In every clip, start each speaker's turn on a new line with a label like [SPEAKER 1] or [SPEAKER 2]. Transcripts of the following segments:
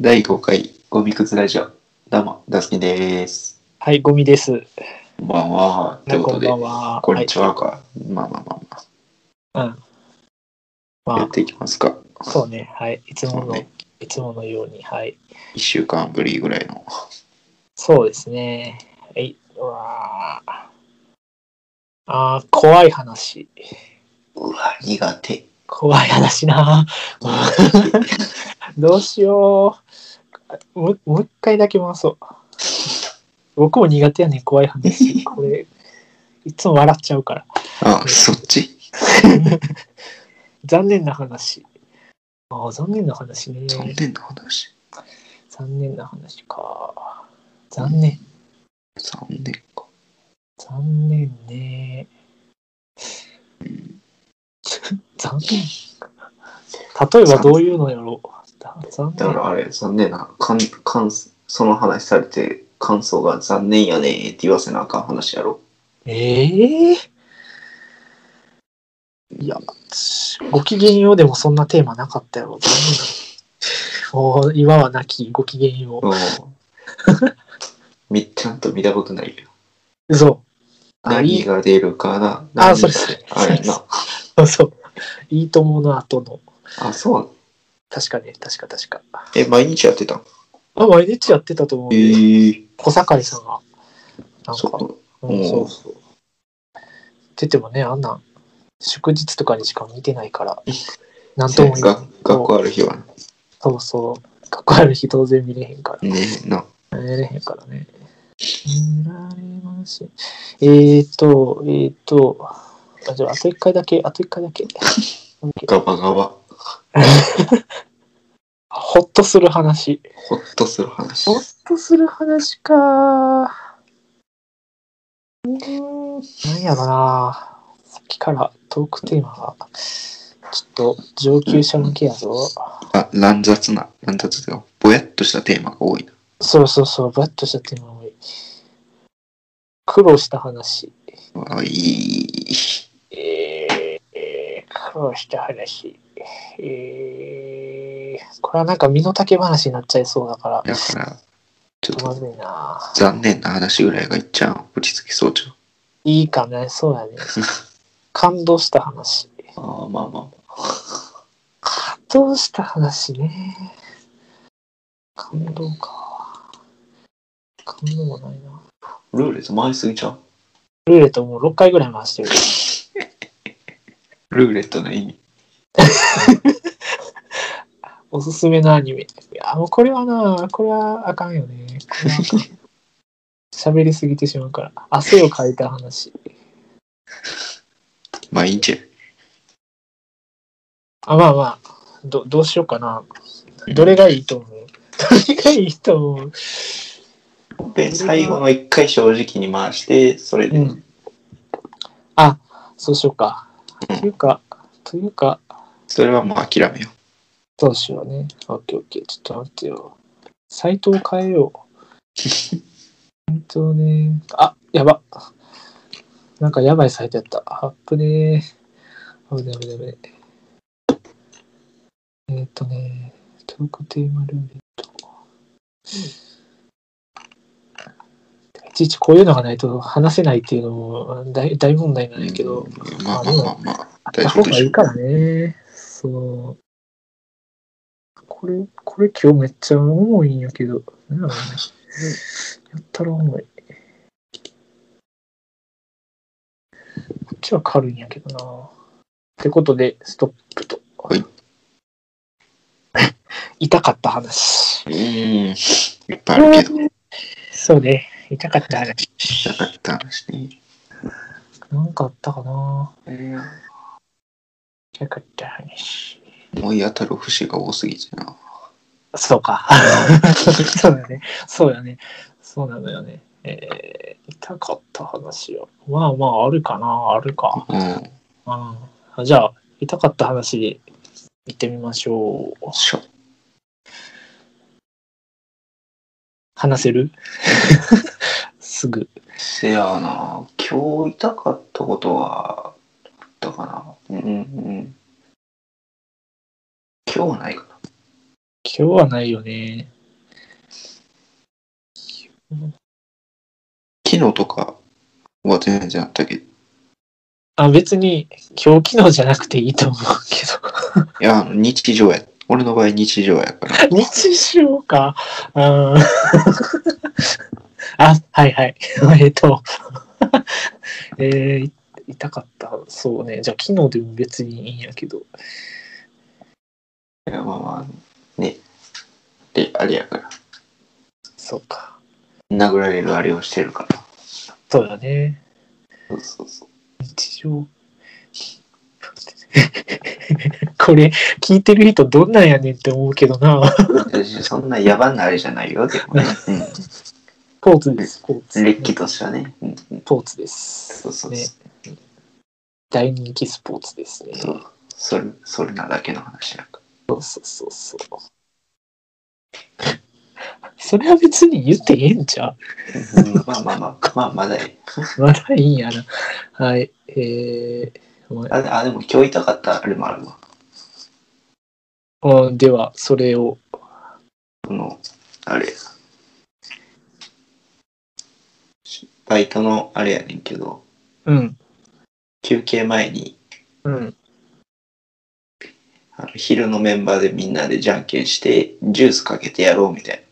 [SPEAKER 1] 第5回ゴミくずラジオ。どうも、ダスキンです。
[SPEAKER 2] はい、ゴミです。ね
[SPEAKER 1] こんばんは。というこ
[SPEAKER 2] ことん
[SPEAKER 1] で、
[SPEAKER 2] ばんは。
[SPEAKER 1] こんにちはか。まあまあまあ
[SPEAKER 2] はい。うん。
[SPEAKER 1] まあ。や
[SPEAKER 2] ま
[SPEAKER 1] っていきますか。
[SPEAKER 2] あ、そうね。はい。いつも
[SPEAKER 1] そう
[SPEAKER 2] の、
[SPEAKER 1] ね
[SPEAKER 2] いつものように。はい。
[SPEAKER 1] 1週間ぶりぐらいの。
[SPEAKER 2] そうですね。えい。うわーあー怖い話。
[SPEAKER 1] うわ、苦手。
[SPEAKER 2] 怖い話な。 どうしよう。もうもう一回だけ回そう。僕も苦手やねん怖い話。これ、いつも笑っちゃうから。
[SPEAKER 1] あ、そっち
[SPEAKER 2] 残念な話。ああ、残念な話ね。
[SPEAKER 1] 残念な話。
[SPEAKER 2] 残念な話か。残念。
[SPEAKER 1] 残念か。
[SPEAKER 2] 残念ね。残念。例えばどういうのやろう。だ残
[SPEAKER 1] だから
[SPEAKER 2] 念。
[SPEAKER 1] あれ、残念な。かんかんその話されて、感想が残念やねーって言わせなあかん話やろ。
[SPEAKER 2] ええいや、つごきげんようでもそんなテーマなかったよ。残念な。もう今はなきごきげんよう。
[SPEAKER 1] うん。 みちゃんと見たことないよ。
[SPEAKER 2] 嘘。あい
[SPEAKER 1] 何
[SPEAKER 2] い
[SPEAKER 1] が出るかな
[SPEAKER 2] あ
[SPEAKER 1] 何
[SPEAKER 2] それそれ
[SPEAKER 1] あれな。
[SPEAKER 2] そう。いいともの後の。
[SPEAKER 1] あ、そう。
[SPEAKER 2] 確かね、確か確か。
[SPEAKER 1] え、毎日やってた
[SPEAKER 2] あ、毎日やってたと思う
[SPEAKER 1] え
[SPEAKER 2] ね。
[SPEAKER 1] ー、
[SPEAKER 2] 小堺さんが。なん
[SPEAKER 1] そ
[SPEAKER 2] か、
[SPEAKER 1] う。
[SPEAKER 2] うん、そうそう。出てもね、あんなん、祝日とかにしか見てない から、なんとも言えない
[SPEAKER 1] 学学校ある日は
[SPEAKER 2] そうそう。学校ある日当然見れへんか
[SPEAKER 1] ね。な。
[SPEAKER 2] ら。見れへんからね。見られましえーと、えーと、あじゃあ、あと一回だけ、あと一回だ け。
[SPEAKER 1] ガバガバ。
[SPEAKER 2] ほっとする話。
[SPEAKER 1] ほっとする話
[SPEAKER 2] ほ。っとする話か。うーん、なんやろな。さっきからトークテーマが、ちょっと上級者向けやぞ。
[SPEAKER 1] あ、乱雑な。乱雑だよ。ぼやっとしたテーマが多いな。
[SPEAKER 2] そうそうそう、バッとしたテーマ多い。苦労した話。
[SPEAKER 1] あ、いい。
[SPEAKER 2] えーえー苦労した話。えーこれはなんか身の丈話になっちゃいそうだから、
[SPEAKER 1] だから、ちょっと
[SPEAKER 2] まずいな。
[SPEAKER 1] 残念な話ぐらいがいっちゃん落ち着きそうじ
[SPEAKER 2] いいかね、そう やね。感動した話。
[SPEAKER 1] ゃん。ああ、まあま
[SPEAKER 2] 感動した話ね。感動か。感動もないな。
[SPEAKER 1] あ。ルーレット回りすぎちゃう
[SPEAKER 2] ルーレットもう6回ぐらい回してる。
[SPEAKER 1] ルーレットの意味。
[SPEAKER 2] おすすめのアニメ。いや、もうこれはな、これはあかんよね。これはあかん 喋りすぎてしまうから。汗をかいた話。
[SPEAKER 1] まあいいんじゃ
[SPEAKER 2] あ、まあまあ、どどうしようかな。どれがいいと思うどれがいいと思う
[SPEAKER 1] う。で、最後の一回正直に回して、それで。
[SPEAKER 2] うんあ、そうしようか。
[SPEAKER 1] うん
[SPEAKER 2] というか、というか、
[SPEAKER 1] それはもう諦めよ
[SPEAKER 2] どうしようね。オッケーオッケー。ちょっと待ってよ。サイトを変えよう。サイトをね。あ、やば。なんかやばいサイトやった。アップねー。危ね危ね危ね。えーっ、とね、トークテーマルーレット。いちいちこういうのがないと話せないっていうのも大大問題なん
[SPEAKER 1] う。
[SPEAKER 2] やけど、
[SPEAKER 1] うんまあまあまあまあ。
[SPEAKER 2] あっ
[SPEAKER 1] 大
[SPEAKER 2] た
[SPEAKER 1] 丈
[SPEAKER 2] 方
[SPEAKER 1] 夫で
[SPEAKER 2] が
[SPEAKER 1] し
[SPEAKER 2] い
[SPEAKER 1] ょ
[SPEAKER 2] いからね。そう。これ、これ今日めっちゃ重いんやけど。なんやろうね。やったら重い。こっちは軽いんやけどな。ってことで、ストップと。
[SPEAKER 1] はい。
[SPEAKER 2] 痛かった話。
[SPEAKER 1] う。うん。いっぱいあるけど。
[SPEAKER 2] そうね。痛かった話。
[SPEAKER 1] 痛かった話ね。
[SPEAKER 2] なんかあったかな。痛かった話。
[SPEAKER 1] 思い当たる節が多すぎてな。
[SPEAKER 2] そうか。そうだね。そうだね。そうなのよね。えー、痛かった話よ。まあまあ、あるかな、あるか。
[SPEAKER 1] うん。
[SPEAKER 2] うん、じゃあ、痛かった話で行ってみましょう。
[SPEAKER 1] しょ。
[SPEAKER 2] 話せる すぐ。
[SPEAKER 1] せやな。今日痛かったことは、あったかな。うんうんうん。今日はないかな。
[SPEAKER 2] 今日はないよね。
[SPEAKER 1] 昨日とかは全然あったけど、い
[SPEAKER 2] あ、別に、今日機能じゃなくていいと思うけ
[SPEAKER 1] や、あの日常や。俺の場合日常やから。
[SPEAKER 2] ど。日常か。うん。あ、はいはい。 えっと。えーい痛かった。そうね。じゃあ、機能でも別にいいんやけど。
[SPEAKER 1] いや、まあまあ、ね。で、あれやから。
[SPEAKER 2] そうか。
[SPEAKER 1] 殴られるあれをしてるから。
[SPEAKER 2] そうだね。
[SPEAKER 1] そうそうそう。
[SPEAKER 2] 日常 これ聞いてる人どんなんやねんって思うけどな
[SPEAKER 1] 私そんな野蛮なあれじゃないよ、でもね。
[SPEAKER 2] スポーツですスポー
[SPEAKER 1] うん。
[SPEAKER 2] ツ
[SPEAKER 1] れっきとしてはね。うんうん
[SPEAKER 2] スポーツです
[SPEAKER 1] そうそうそう。
[SPEAKER 2] ね大人気スポーツですね
[SPEAKER 1] そうそれ、それなだけの話やか
[SPEAKER 2] そうそうそうそうそれは別に言ってええんちゃ
[SPEAKER 1] ら。うん まあまあまあ、まあまだええ
[SPEAKER 2] う まだいいんやなはいえーま
[SPEAKER 1] あ、であでも今日痛かったあれもあるわ。
[SPEAKER 2] うんではそれを
[SPEAKER 1] その、あれ。バイトのあれやねんけど、
[SPEAKER 2] うん
[SPEAKER 1] 休憩前に、
[SPEAKER 2] うん
[SPEAKER 1] あの昼のメンバーでみんなでじゃんけんして、ジュースかけてやろうみたいな。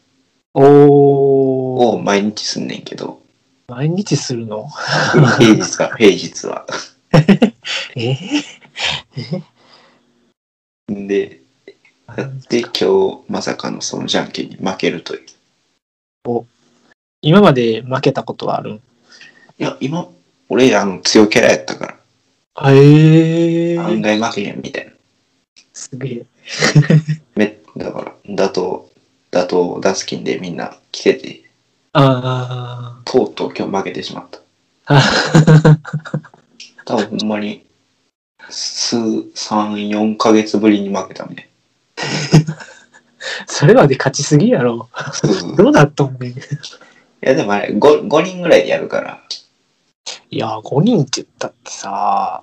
[SPEAKER 2] おお
[SPEAKER 1] を毎日すんねんけど、
[SPEAKER 2] 毎日するの
[SPEAKER 1] 平日は、平日は。
[SPEAKER 2] えー、
[SPEAKER 1] で、やって今日まさかのそのじゃんけんに負けるという。
[SPEAKER 2] 今まで負けたことはあるん
[SPEAKER 1] いや、今、俺、あの、強キャラやったか
[SPEAKER 2] へえ
[SPEAKER 1] ら、案外負けへんみたいな。
[SPEAKER 2] すげえ。
[SPEAKER 1] めだから、打倒、打倒、ダスキンでみんな来てて、
[SPEAKER 2] あ
[SPEAKER 1] とうとう今日負けてしまった。
[SPEAKER 2] あ。
[SPEAKER 1] 多分ほんまに、数、3、4ヶ月ぶりに負けたみたい
[SPEAKER 2] それまで勝ちすぎやろ。
[SPEAKER 1] な。そうそうい
[SPEAKER 2] どうなっとんねん。い
[SPEAKER 1] や、でもあれ5、5人ぐらいでやるから、
[SPEAKER 2] や、5人って言ったってさ、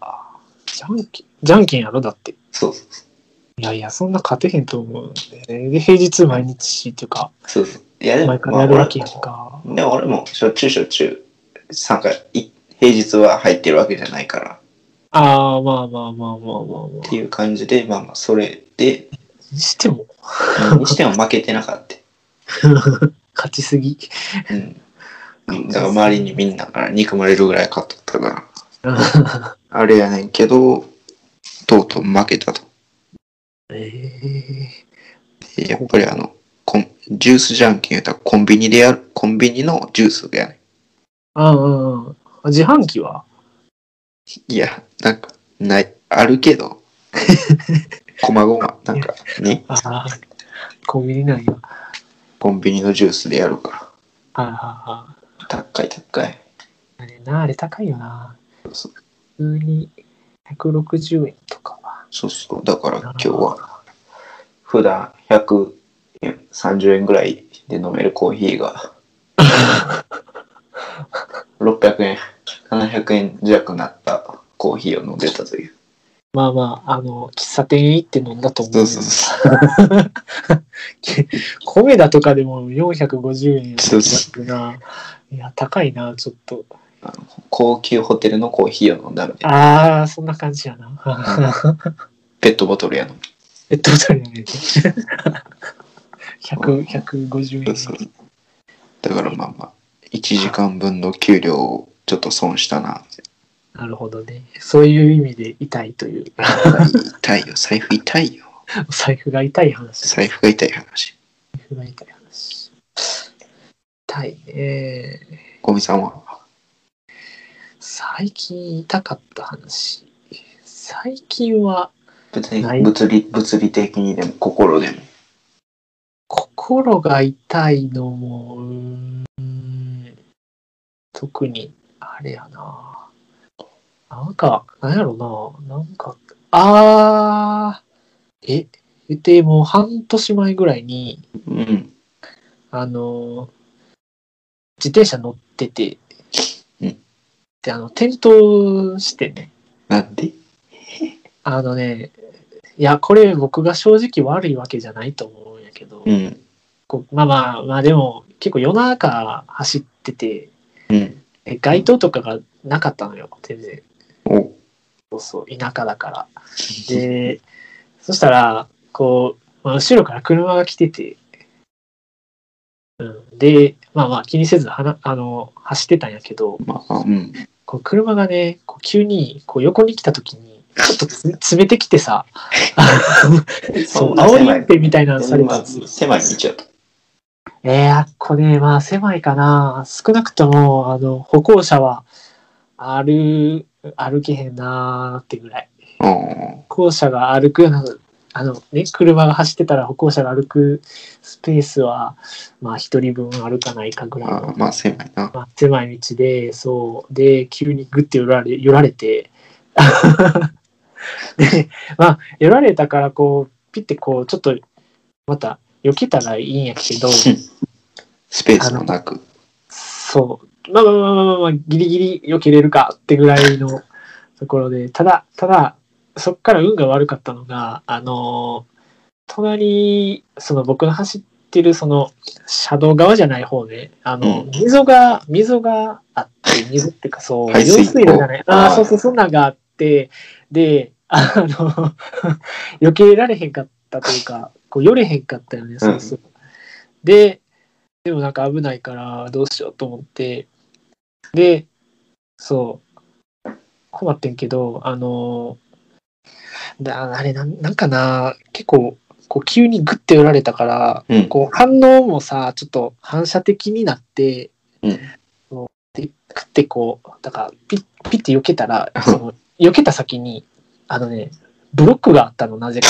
[SPEAKER 2] じゃんけん、じゃんけんやろだって。い
[SPEAKER 1] そうそう
[SPEAKER 2] やいや、そんな勝てへんと思うんだよね。で、平日毎日っていうか、
[SPEAKER 1] そうそう。いや、でも
[SPEAKER 2] 毎、回やるわけやんか。
[SPEAKER 1] でも俺もしょっちゅうしょっちゅう参加い平日は入ってるわけじゃないから
[SPEAKER 2] ああ、まあまあまあまあまあま
[SPEAKER 1] っ
[SPEAKER 2] あ。
[SPEAKER 1] ていう感じでまあまあそれで
[SPEAKER 2] にし ても、
[SPEAKER 1] にしても負けてなかった、
[SPEAKER 2] 勝ちすぎ。
[SPEAKER 1] うん、だから周りにみんなから憎まれるぐらい勝っとったからあれやねんけどとうとう負けたと
[SPEAKER 2] ええ
[SPEAKER 1] でやっぱりあのコンジュースじゃんけん言うたらコンビニでやるコンビニのジュースやね
[SPEAKER 2] ああ、自販機は
[SPEAKER 1] んいやなんかないあるけ どこまごまなんかね
[SPEAKER 2] ああ、コンビニなんや。はい
[SPEAKER 1] コンビニのジュースでやるから
[SPEAKER 2] はいはい。
[SPEAKER 1] 高い高い。
[SPEAKER 2] あれな、あれ高いよな。
[SPEAKER 1] そう
[SPEAKER 2] 普通に160円とかは。
[SPEAKER 1] そうそう。だから今日は、普段130円ぐらいで飲めるコーヒー が、600円、700円弱になったコーヒーを飲んでたという。
[SPEAKER 2] まあまあ、あの、喫茶店へ行って飲んだと思う。
[SPEAKER 1] そうそうそう。
[SPEAKER 2] 米だとかでも450円
[SPEAKER 1] そうそ
[SPEAKER 2] な。いや、高いな、ちょっと。
[SPEAKER 1] 高級ホテルのコーヒーを飲んだみたいな。
[SPEAKER 2] ああ、そんな感じやな。
[SPEAKER 1] ペットボトルやの。
[SPEAKER 2] ペットボトルやねんて。100 150円。
[SPEAKER 1] そうそうだからまあまあ、1時間分の給料をちょっと損したなって。
[SPEAKER 2] なるほどね。そういう意味で痛いという。
[SPEAKER 1] 痛いよ、財布痛いよ。
[SPEAKER 2] お財布が痛い話。
[SPEAKER 1] 財布が痛い話。
[SPEAKER 2] 財布が痛い話。痛いね。
[SPEAKER 1] ゴミさんは
[SPEAKER 2] 最近痛かった話最近は
[SPEAKER 1] 別に
[SPEAKER 2] ない
[SPEAKER 1] 物理物理的にでも心でも
[SPEAKER 2] 心が痛いのもうーん特にあれやななんかなんやろななんかあーえ言ってもう半年前ぐらいに
[SPEAKER 1] うん
[SPEAKER 2] あの自転車乗ってて、
[SPEAKER 1] うん
[SPEAKER 2] であの転倒してね
[SPEAKER 1] なんで
[SPEAKER 2] あのね、いや、これ僕が正直悪いわけじゃないと思うんやけど、
[SPEAKER 1] うん。
[SPEAKER 2] こうまあまあまあでも結構夜中走ってて
[SPEAKER 1] うん。
[SPEAKER 2] え街灯とかがなかったのよ全然
[SPEAKER 1] お。
[SPEAKER 2] そうそう田舎だ からでそしたらこう、まあ、後ろから車が来てて、うん、でまあまあ気にせずはなあの走ってたんやけど
[SPEAKER 1] まあ、うん。
[SPEAKER 2] こう車がねこう急にこう横に来た時にちょっとつ詰めてきてさそ
[SPEAKER 1] そ
[SPEAKER 2] う
[SPEAKER 1] んな
[SPEAKER 2] 煽り
[SPEAKER 1] 狭い
[SPEAKER 2] 運転みたいなのされ
[SPEAKER 1] 狭
[SPEAKER 2] たん
[SPEAKER 1] い
[SPEAKER 2] ですよ
[SPEAKER 1] 狭い道やと。
[SPEAKER 2] えー、あっこね、まあ狭いかな。少なくとも、あの、歩行者は歩、歩けへんなーってぐらい。
[SPEAKER 1] ああ。
[SPEAKER 2] 歩行者が歩くような、あのね、車が走ってたら歩行者が歩くスペースは、まあ一人分歩かないかぐらい
[SPEAKER 1] まあ
[SPEAKER 2] の、、
[SPEAKER 1] まあ、狭いな。
[SPEAKER 2] まあ、狭い道で、そう、で、急にグッて寄られ、寄られて、 で、まあ、寄られたから、こう、ピッてこう、ちょっと、また、避けたらいいんやけど、
[SPEAKER 1] スペースもなく。
[SPEAKER 2] そう。まあまあまあまあまあまあ、ギリギリ避けれるかってぐら いのところで、ただ、ただ、そっから運が悪かったのが、あのー隣、その僕の走ってる、その、車道側じゃない方ね、あの、
[SPEAKER 1] うん
[SPEAKER 2] 溝が、溝があって、溝っていうか、そう、用
[SPEAKER 1] 排水溝
[SPEAKER 2] 水路じゃない、あ
[SPEAKER 1] あ
[SPEAKER 2] あ、
[SPEAKER 1] ー
[SPEAKER 2] そうそう、そんなんがあって、で、あの、避けられへんかったというか、こう、寄れへんかったよね、そうそう。で、でもなんか危ないからどうしようと思って、で、そう、困ってんけど、あのーだあれなん、なんかな、結構、こう急にグッて寄られたから、
[SPEAKER 1] うん。
[SPEAKER 2] こう反応もさ、ちょっと反射的になって、
[SPEAKER 1] うん。
[SPEAKER 2] で、くってこう、だからピッ、ピッて避けたら、その、避けた先に、あのね、ブロックがあったの、なぜか。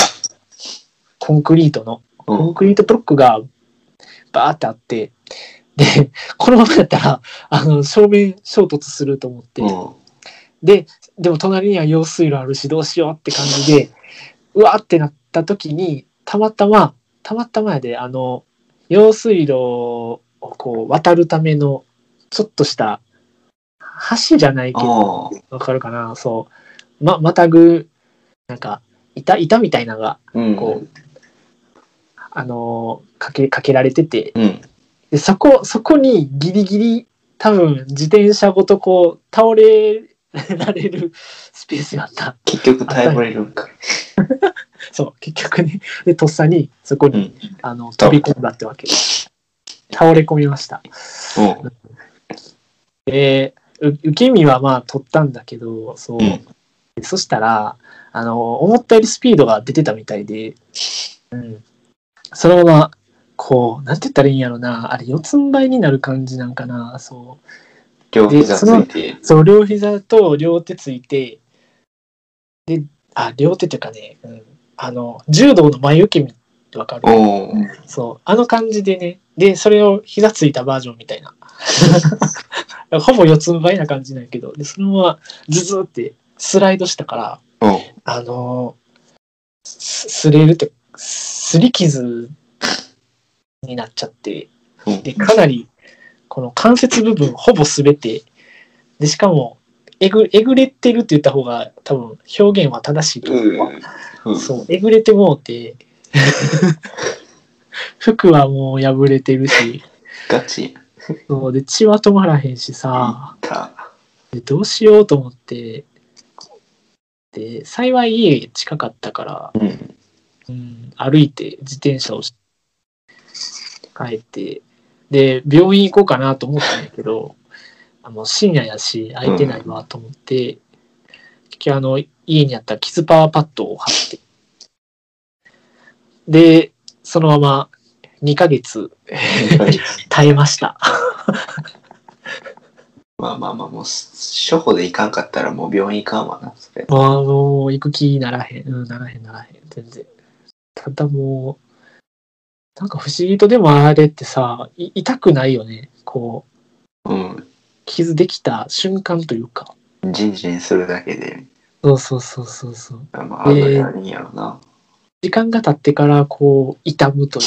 [SPEAKER 2] コンクリートの。
[SPEAKER 1] う
[SPEAKER 2] コン
[SPEAKER 1] ん
[SPEAKER 2] クリートブロックがバーってあって、で、このままだったら、あの、正面衝突すると思って、
[SPEAKER 1] うん。
[SPEAKER 2] で、でも隣には用水路あるし、どうしようって感じで、 うわーってなった時に、たまたま、たまたまやで、あの、用水路をこう渡るための、ちょっとした、橋じゃないけど、
[SPEAKER 1] ああ。
[SPEAKER 2] わかるかなそう。ま、またぐ、なんか、板、板みたいなのが、
[SPEAKER 1] うん。
[SPEAKER 2] こう、あのーかけ、かけられてて、
[SPEAKER 1] うん。
[SPEAKER 2] で、そこ、そこにギリギリ、多分、自転車ごとこう、倒れられる スペースがあった。
[SPEAKER 1] 結局耐えられるんか。
[SPEAKER 2] そう、結局ね。で、とっさに、そこ
[SPEAKER 1] う
[SPEAKER 2] に、
[SPEAKER 1] ん。
[SPEAKER 2] あの、飛び込んだってわけ。倒れ込みました。
[SPEAKER 1] うん。
[SPEAKER 2] で、う受け身はまあ、取ったんだけど、そう。
[SPEAKER 1] うん
[SPEAKER 2] でそしたら、あの、思ったよりスピードが出てたみたいで、うん。そのまま、こう、なんて言ったらいいんやろな。あれ、四つん這いになる感じなんかな。そう。
[SPEAKER 1] 両膝ついて。
[SPEAKER 2] そう、両膝と両手ついて、で、あ、両手というかね、うん、あの、柔道の前受け身ってわかる
[SPEAKER 1] おお。
[SPEAKER 2] そう、あの感じでね、で、それを膝ついたバージョンみたいな。 ほぼ四つん這いな感じなんやけど、で、そのままズズってスライドしたから、
[SPEAKER 1] うん。
[SPEAKER 2] あのーすすれるって、すり傷になっちゃって、
[SPEAKER 1] うん
[SPEAKER 2] で、かなり、この関節部分ほぼ滑って、で、しかも、えぐ、えぐれてるって言った方が多分表現は正しいと思う。
[SPEAKER 1] うん。
[SPEAKER 2] そう、えぐれてもうて、 服はもう破れてるし、
[SPEAKER 1] ガチ。
[SPEAKER 2] そうで血は止まらへんしさ、
[SPEAKER 1] た。
[SPEAKER 2] でどうしようと思って、で、幸い家近かったから、
[SPEAKER 1] うん。
[SPEAKER 2] うん、歩いて自転車をし帰って、で、病院行こうかなと思ったんやけど、あの深夜やし、空いてないわと思って、結局あの、家にあったキスパワーパッドを貼って、で、そのまま2ヶ月耐えました。
[SPEAKER 1] まあまあまあ、もう、処方で行かんかったらもう病院行かんわな、それ。
[SPEAKER 2] ああ、もう行く気にならへん。うん、ならへん、ならへん。全然。ただもう、なんか不思議とでもあれってさ、い痛くないよね。こう、
[SPEAKER 1] うん。
[SPEAKER 2] 傷できた瞬間というか。
[SPEAKER 1] じんじんするだけで、
[SPEAKER 2] そうそうそうそうそう。
[SPEAKER 1] まあ、あれあるんやろな。
[SPEAKER 2] 時間が経ってからこう、痛むという。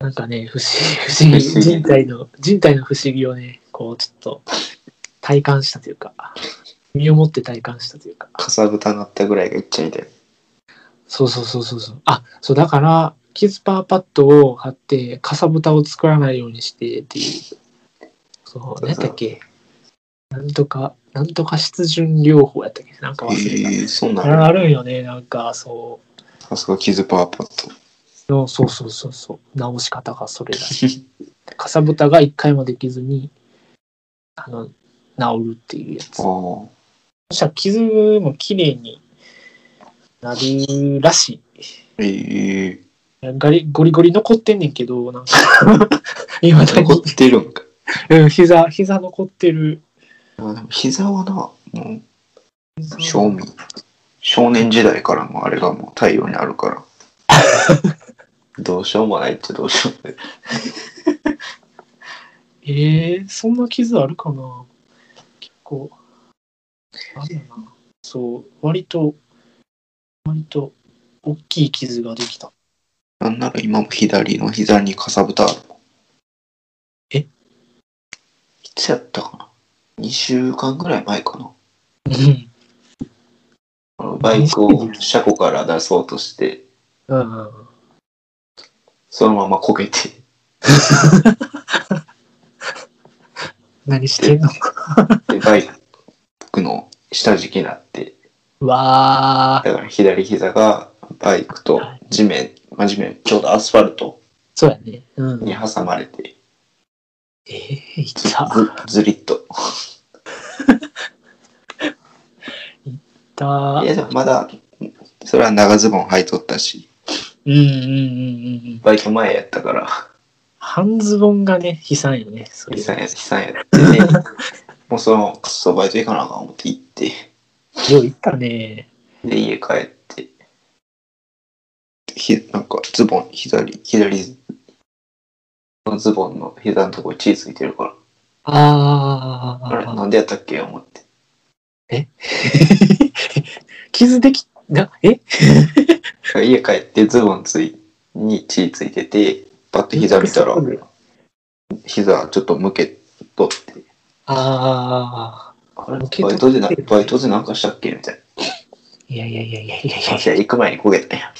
[SPEAKER 2] なんかね、不思議、不思議、人体の、人体の不思議をね、こう、ちょっと、体感したというか、身をもって体感したというか。
[SPEAKER 1] かさぶたなったぐらいがいっちゃいで。
[SPEAKER 2] そうそうそうそうそう。あ、そう、だから、キスパーパッドを貼って、かさぶたを作らないようにしてっていう。そう、何やったっけなんとか、なんとか湿潤療法やったっけなんか忘れた。
[SPEAKER 1] えー、そんなん
[SPEAKER 2] あれ
[SPEAKER 1] あ
[SPEAKER 2] あ
[SPEAKER 1] る
[SPEAKER 2] るんよね、なんかそう。
[SPEAKER 1] さすがキズパワーパッド。
[SPEAKER 2] のそうそうそうそう直し方がそれだし かさぶたが1回もできずにあの治るっていうやつそ
[SPEAKER 1] ああ。
[SPEAKER 2] したら傷も綺麗になるらし
[SPEAKER 1] ええ
[SPEAKER 2] いガリゴリゴリ残ってんねんけど なんか今で
[SPEAKER 1] 残
[SPEAKER 2] も、
[SPEAKER 1] ってるんか。
[SPEAKER 2] うん、膝膝残ってる
[SPEAKER 1] あでも膝はな、もう正味、少年時代からのあれがもう太陽にあるから。 どうしようもないってどうしようもない。
[SPEAKER 2] えー、そんな傷あるかな結構あるなそう割と割と大きい傷ができた
[SPEAKER 1] なんなら今も左の膝にかさぶたあるもん。
[SPEAKER 2] え
[SPEAKER 1] いつやったかな ?2 週間ぐらい前かな。
[SPEAKER 2] うん
[SPEAKER 1] あのバイクを車庫から出そうとして、
[SPEAKER 2] うんうんうん
[SPEAKER 1] そのままこけて。
[SPEAKER 2] 何してんの
[SPEAKER 1] で、バイクの下敷きになって、
[SPEAKER 2] わー、
[SPEAKER 1] だから左膝がバイクと地面、まあ、地面、ちょうどアスファルト
[SPEAKER 2] そうやね。うん。
[SPEAKER 1] に
[SPEAKER 2] え
[SPEAKER 1] 挟まれて、
[SPEAKER 2] ー、い
[SPEAKER 1] ず
[SPEAKER 2] た、
[SPEAKER 1] ずずりっと。
[SPEAKER 2] た。
[SPEAKER 1] いや、でもまだ、それは長ズボン履いとったし、
[SPEAKER 2] うんうんうんうんうん。
[SPEAKER 1] バイク前やったから、
[SPEAKER 2] 半ズボンがね、悲惨よね。それ
[SPEAKER 1] 悲惨や、悲惨やって、ね、もうその、クソバイト行かなあかん思って行って、
[SPEAKER 2] よういったね。
[SPEAKER 1] で、家帰って、ひなんかズボン、左、左、のズボンの膝のとこに血ついてるから、
[SPEAKER 2] あ
[SPEAKER 1] あれ、
[SPEAKER 2] ー。
[SPEAKER 1] なんでやったっけ思って。
[SPEAKER 2] 傷でき、な、え
[SPEAKER 1] 家帰ってズボンついに血ついててパッと膝見たら膝ちょっと向けとって
[SPEAKER 2] あ
[SPEAKER 1] あれ
[SPEAKER 2] 向けと
[SPEAKER 1] バイ
[SPEAKER 2] って
[SPEAKER 1] トでなバイトでなんかしたっけみたい
[SPEAKER 2] ー。いやいやいやいやいやい
[SPEAKER 1] な
[SPEAKER 2] や
[SPEAKER 1] いや行く前に焦げたんや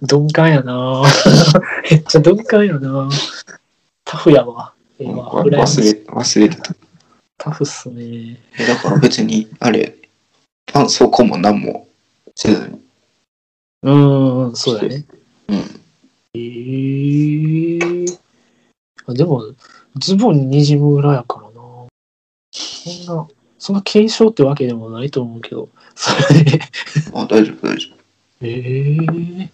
[SPEAKER 2] 鈍感やな めっちゃ鈍感やなタフやわ。
[SPEAKER 1] うん
[SPEAKER 2] 今、
[SPEAKER 1] 忘れ忘れてた
[SPEAKER 2] タフっすね。
[SPEAKER 1] えだから別にあれ絆創膏も何もせずに
[SPEAKER 2] うんうん、そうだね。
[SPEAKER 1] うん
[SPEAKER 2] えー、あでも、ズボンに滲むぐらいやからな。そんな、そんな軽症ってわけでもないと思うけど、 それで。
[SPEAKER 1] あ大丈夫大丈
[SPEAKER 2] えー、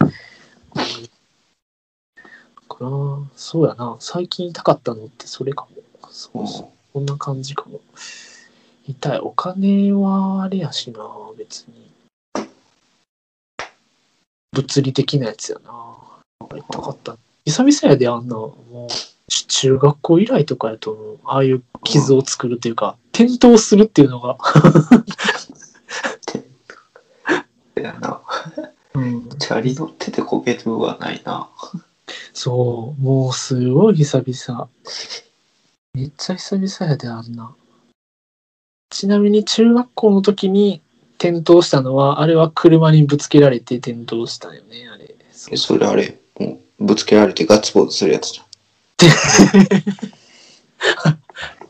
[SPEAKER 2] かなそうやな。最近痛かったのってそれかも。そうそう。
[SPEAKER 1] 夫
[SPEAKER 2] こんな感じかも。痛い。お金はあれやしな、別に。物理的なやつやな。痛かった。久々やで、あんな、もう、し中学校以来とかやと思う。ああいう傷を作るっていうか、転倒するっていうのが。
[SPEAKER 1] いやな
[SPEAKER 2] うん、
[SPEAKER 1] チャリ乗ってて焦げるはないな
[SPEAKER 2] そう、もうすごい久々。めっちゃ久々やで、あんな。ちなみに中学校の時に転倒したのは、あれは車にぶつけられて転倒したよね、あれ。そう
[SPEAKER 1] えそれあれもうぶつけられてガッツポーズするや つじゃん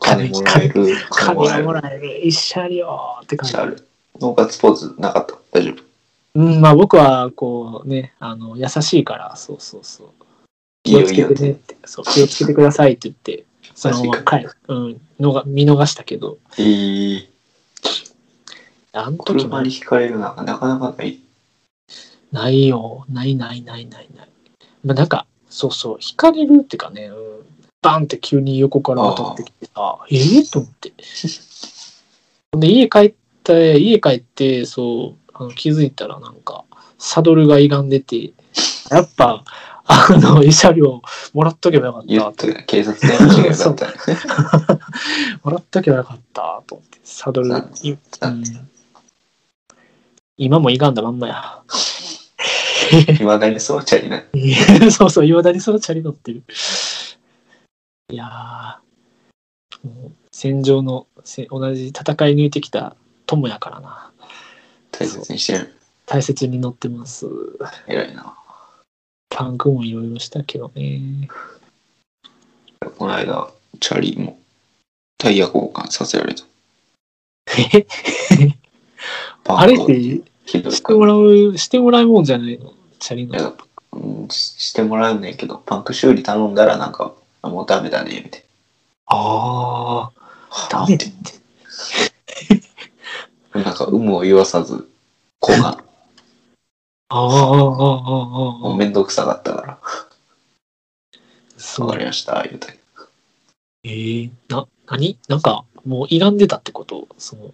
[SPEAKER 1] 金もらえる金
[SPEAKER 2] 金
[SPEAKER 1] もらえ
[SPEAKER 2] が
[SPEAKER 1] る
[SPEAKER 2] もらえる、一緒あるよーって感
[SPEAKER 1] シ
[SPEAKER 2] じ。
[SPEAKER 1] ャル。ノーガッツポーズなかった。大丈夫。
[SPEAKER 2] うん、まあ僕はこうね、あの、優しいから、そうそうそう。
[SPEAKER 1] いい
[SPEAKER 2] 気を
[SPEAKER 1] よ
[SPEAKER 2] つ
[SPEAKER 1] いい
[SPEAKER 2] け
[SPEAKER 1] よって
[SPEAKER 2] ね
[SPEAKER 1] て
[SPEAKER 2] っ。て、そう、気をつけてくださいって言って、そのま
[SPEAKER 1] 確
[SPEAKER 2] ま帰る。うん、のが見逃したけど、
[SPEAKER 1] えー、
[SPEAKER 2] あの時も
[SPEAKER 1] 車にひかれるなんかなかなかない。
[SPEAKER 2] ないよ。ないないないないない。まあ、なんか、そうそう、惹かれるっていうかね、うん、バンって急に横から渡ってきてさ、ええと思って。 ほんで、家帰って、家帰って、そう、あの気づいたらなんか、サドルが歪んでて、やっぱ、あの、慰謝料もらっとけばよかっ
[SPEAKER 1] 言
[SPEAKER 2] た
[SPEAKER 1] っ。とけ警察電話してよかった。
[SPEAKER 2] もらっとけばよかった、と思って。サドル、
[SPEAKER 1] なん
[SPEAKER 2] いうん
[SPEAKER 1] ん
[SPEAKER 2] 今も歪んだまんまや。
[SPEAKER 1] いまだにそうちゃいない。
[SPEAKER 2] そうそう、いまだにそのチャリ乗ってる。いやー、もう戦場のせ同じ戦い抜いてきた友やからな。
[SPEAKER 1] 大切にしてる。
[SPEAKER 2] 大切に乗ってます。
[SPEAKER 1] 偉いな。
[SPEAKER 2] パンクもいろいろしたけどね。
[SPEAKER 1] この間、チャリもタイヤ交換させられた。
[SPEAKER 2] え
[SPEAKER 1] パンク
[SPEAKER 2] あれって
[SPEAKER 1] ひどい
[SPEAKER 2] し
[SPEAKER 1] か
[SPEAKER 2] て
[SPEAKER 1] ら
[SPEAKER 2] もらう、してもらうもんじゃないのチャリの。
[SPEAKER 1] うん、ししてもらうねんけど、パンク修理頼んだらなんか、あもうダメだね、みたい
[SPEAKER 2] ああ、
[SPEAKER 1] な。
[SPEAKER 2] ダメって。
[SPEAKER 1] なんか、有無を言わさず、交換。
[SPEAKER 2] ああ、ああ、あ
[SPEAKER 1] もう
[SPEAKER 2] あ、ああ。
[SPEAKER 1] めんどくさかったから、
[SPEAKER 2] そ
[SPEAKER 1] わ
[SPEAKER 2] う
[SPEAKER 1] か。りました、言うて。
[SPEAKER 2] えー、な、なになんか、もう、いらんでたってことその、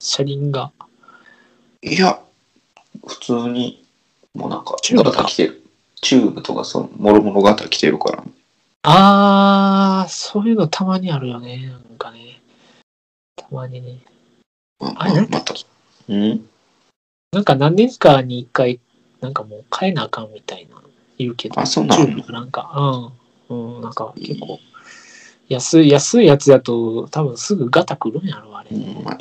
[SPEAKER 2] 車輪が。
[SPEAKER 1] いや、普通に、もうなんか、
[SPEAKER 2] チューブか
[SPEAKER 1] ガタ来てる。チューブとか、その、もろもろ型来てるから。
[SPEAKER 2] あー、そういうのたまにあるよね。なんかね。たまにね。
[SPEAKER 1] うん
[SPEAKER 2] あれ
[SPEAKER 1] うん
[SPEAKER 2] なん
[SPEAKER 1] ま
[SPEAKER 2] だったけ。
[SPEAKER 1] うん
[SPEAKER 2] なんか何年かに一回、なんかもう変えなあかんみたいな、言うけど。
[SPEAKER 1] あ、そんなんあんの
[SPEAKER 2] 10なんか、うん。うん、なんか結構、安い、安いやつだと、多分すぐガタくるんやろ、あれ。
[SPEAKER 1] うん、まあ、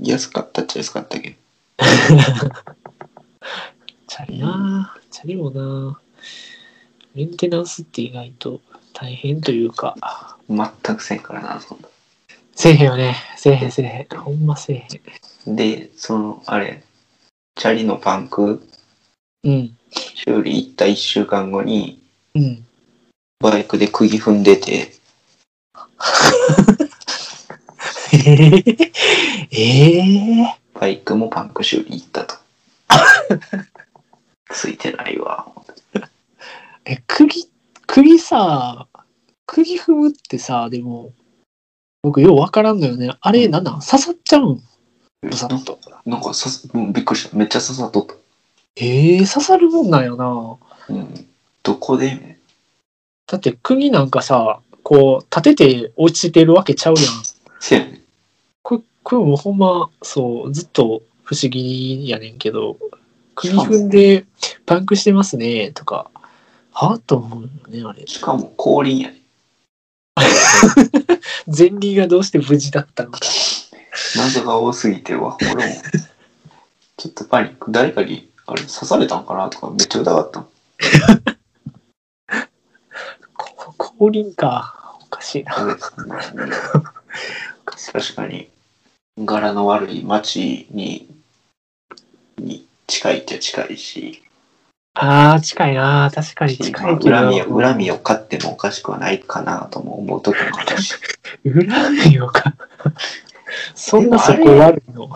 [SPEAKER 1] 安かったっちゃ安かったけど。
[SPEAKER 2] チャリなあチャリもなあメンテナンスって意外と大変というか、
[SPEAKER 1] 全くせんからな、そんな。
[SPEAKER 2] せえへんよね。せえへんせえへん。ほんませえ
[SPEAKER 1] で、その、あれ、チャリのパンク、
[SPEAKER 2] へん。うん。
[SPEAKER 1] 修理行った1週間後に、
[SPEAKER 2] うん。
[SPEAKER 1] バイクで釘踏んでて、
[SPEAKER 2] えー、えー、
[SPEAKER 1] バイクもパンク修理行ったと。 ついてないわ。
[SPEAKER 2] え、釘、釘さ、釘踏むってさ、でも、僕ようわからんのよね。あれ、
[SPEAKER 1] うん
[SPEAKER 2] なんなん刺さっちゃうん
[SPEAKER 1] な
[SPEAKER 2] 刺さっと。
[SPEAKER 1] なんか刺す、うんびっくりした。めっちゃ刺さっとっ
[SPEAKER 2] えー、刺さるもんなんよな。
[SPEAKER 1] た。うん。どこで
[SPEAKER 2] だって釘なんかさ、こう、立てて落ちてるわけちゃうやん。
[SPEAKER 1] せやねん。
[SPEAKER 2] これ、これもうほんま、そう、ずっと不思議やねんけど、釘踏んでパンクしてますね、とか、はと思うよね、あれ。
[SPEAKER 1] しかも後輪やねん。
[SPEAKER 2] 前輪がどうして無事だったのか。
[SPEAKER 1] 謎が多すぎて、わ、 俺も。ちょっとパニック。誰かに、あれ、刺されたんかなとかめっちゃ疑ったもん。
[SPEAKER 2] こ後輪か。おかしいな。
[SPEAKER 1] 確かに、柄の悪い町に、に近いっちゃ近いし。
[SPEAKER 2] ああ、近いな。確かに近いけど。
[SPEAKER 1] 恨みを恨みを買ってもおかしくはないかなとも思うときもある し
[SPEAKER 2] 恨みよ か。そんなそこ悪いの。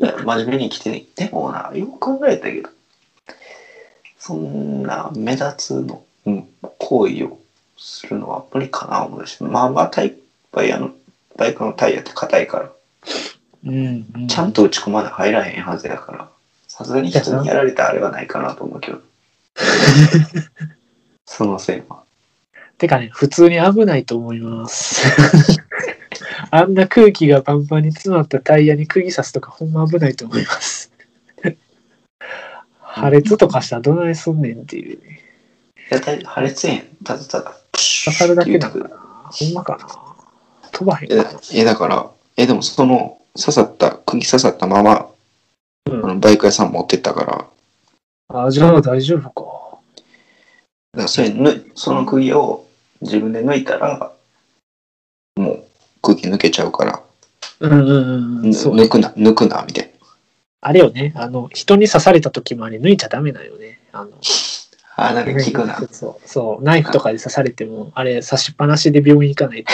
[SPEAKER 1] いや真面目に来てでもなよく考えたけどそんな目立つの、うん、行為をするのは無理かな思うしまあまあタイバイヤのバイクのタイヤって硬いから
[SPEAKER 2] うん、うん。
[SPEAKER 1] ちゃんと打ち込まで入らへんはずやからさすがに人にやられたあれはないかなと思う けどそのせいは
[SPEAKER 2] てかね、普通に危ないと思います。 あんな空気がパンパンに詰まったタイヤに釘刺すとかほんま危ないと思い ます。破裂とかしたらどないすんねんっていうね。
[SPEAKER 1] いや大破裂炎ただただプシュ
[SPEAKER 2] 刺さるだけ
[SPEAKER 1] 言う
[SPEAKER 2] な
[SPEAKER 1] てく
[SPEAKER 2] ん
[SPEAKER 1] る
[SPEAKER 2] かな。ほんまかな。飛ばへんか
[SPEAKER 1] え
[SPEAKER 2] な。、
[SPEAKER 1] えだから、え、でもその、刺さった、釘刺さったまま、
[SPEAKER 2] うん
[SPEAKER 1] あのバイク屋さん持ってったから、だか
[SPEAKER 2] あ、じゃあ大丈夫か。
[SPEAKER 1] らそれぬ、その釘を自分で抜いたら、もう空気抜けちゃうから、
[SPEAKER 2] うんうんう
[SPEAKER 1] ぬ
[SPEAKER 2] ん。そうね
[SPEAKER 1] 抜くな、抜くな、みたい
[SPEAKER 2] あれよね、あの、人に刺された時もあれ抜いちゃダメだよね。あの、
[SPEAKER 1] な。あー、なんか聞くな。
[SPEAKER 2] そう、そう、ナイフとかで刺されても、あれ刺しっぱなしで病院行かないと。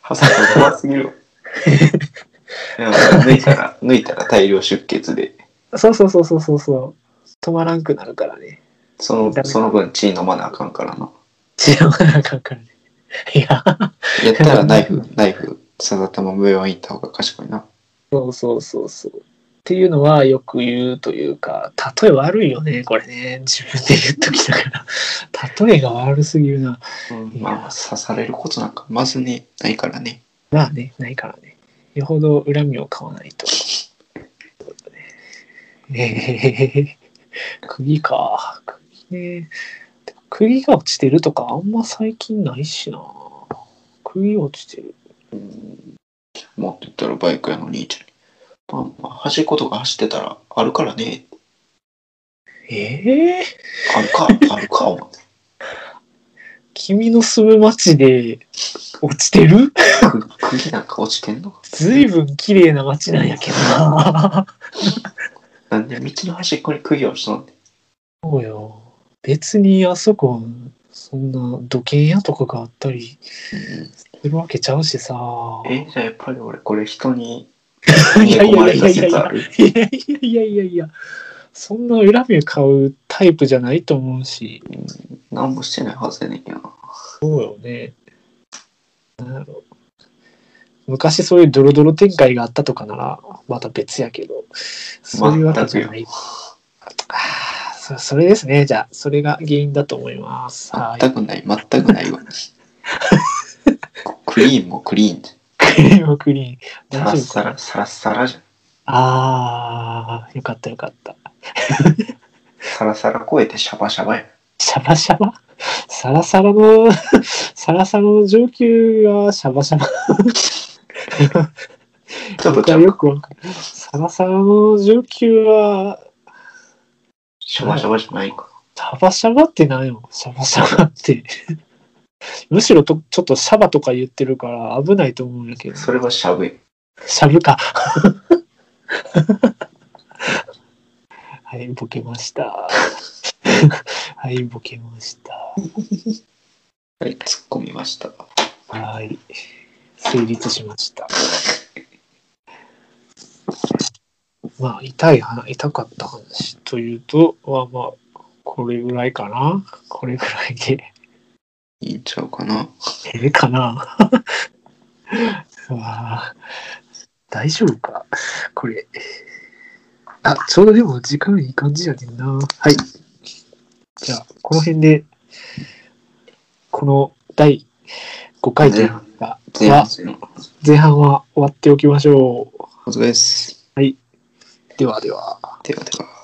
[SPEAKER 1] ハサミ怖すぎるわ。 いや抜いたら、抜いたら大量出血で、
[SPEAKER 2] そうそうそうそうそうそう。止まらんくなるからね。
[SPEAKER 1] その、その分血飲まなあかんからな。
[SPEAKER 2] 血をなあかんからね。いや、
[SPEAKER 1] やったらナイ フ、ナイフ、刺さったまま病院行った方が賢いな。
[SPEAKER 2] そうそうそうそう。っていうのはよく言うというか、例え悪いよね、これね。自分で言っときながら。例えが悪すぎるな。
[SPEAKER 1] うんまあ、刺されることなんかまずね、ないからね。
[SPEAKER 2] まあね、ないからね。よほど恨みを買わないと。ええ 釘か。釘ね。でも釘が落ちてるとかあんま最近ないしな。釘落ちてる。
[SPEAKER 1] 持ってったらバイクやの兄ちゃんに。まあ、まあ、端っことか走ってたらあるからね。
[SPEAKER 2] ええ
[SPEAKER 1] あるか、あるか、思って。
[SPEAKER 2] 君の住む街で落ちてる
[SPEAKER 1] く釘なんか落ちてんのか。
[SPEAKER 2] ずいぶん綺麗な街なんやけどな。
[SPEAKER 1] なんで道の端っこに釘落ちたのって。
[SPEAKER 2] そうよ。別にあそこ、そんな土建屋とかがあったりするわけちゃうしさ。
[SPEAKER 1] え、じゃあやっぱり俺これ人に
[SPEAKER 2] い
[SPEAKER 1] 逃げ
[SPEAKER 2] や い
[SPEAKER 1] 込ま
[SPEAKER 2] や
[SPEAKER 1] れ
[SPEAKER 2] いや
[SPEAKER 1] た
[SPEAKER 2] いやい
[SPEAKER 1] 説
[SPEAKER 2] や
[SPEAKER 1] ある
[SPEAKER 2] いや いやいやいや。そんな恨みを買うタイプじゃないと思うし。
[SPEAKER 1] 何もしてないはずやねんけどな。
[SPEAKER 2] そうよね。なんやろ。昔そういうドロドロ展開があったとかなら、また別やけど。そういうわけじゃない。あーそそれですね。じゃあ、それが原因だと思います。はい。
[SPEAKER 1] 全くない、全くないわ。クリーンもクリーンじ
[SPEAKER 2] ク リームクリーン。
[SPEAKER 1] ゃん。
[SPEAKER 2] 大
[SPEAKER 1] サラッ
[SPEAKER 2] 丈夫
[SPEAKER 1] サ
[SPEAKER 2] か
[SPEAKER 1] ラ、サラッサラじゃん。
[SPEAKER 2] あー、よかったよかった。
[SPEAKER 1] サラサラ超えてシャバシャバや。
[SPEAKER 2] シャバシャバサラサラの、 サラサラの上級がシャバシャバ。
[SPEAKER 1] ちょっとちゃ
[SPEAKER 2] よ
[SPEAKER 1] う。
[SPEAKER 2] くわかる。サラサラの上級は、
[SPEAKER 1] シャバシャバじゃないか。
[SPEAKER 2] シャバシャバって何よシャバシャバって。 むしろとちょっとシャバとか言ってるから危ないと思うんやけど。
[SPEAKER 1] それはシャブや。
[SPEAKER 2] シャブか。 はい、ボケま した。はい、ボケました。
[SPEAKER 1] はい、突っ込みました。
[SPEAKER 2] はい。成立しました。 まあ、痛い話、痛かった話というと、まあまあ、これぐらいかな。これぐらいで。
[SPEAKER 1] いいんちゃうかな。
[SPEAKER 2] ええかな うわあ大丈夫かこれ。あ、ちょうどでも時間いい感じやねんな。はい。じゃあ、この辺で、この第5回というか、
[SPEAKER 1] 全
[SPEAKER 2] は
[SPEAKER 1] 然。
[SPEAKER 2] 前半は終わっておきましょう。
[SPEAKER 1] お疲れです。
[SPEAKER 2] ではでは。
[SPEAKER 1] ではでは。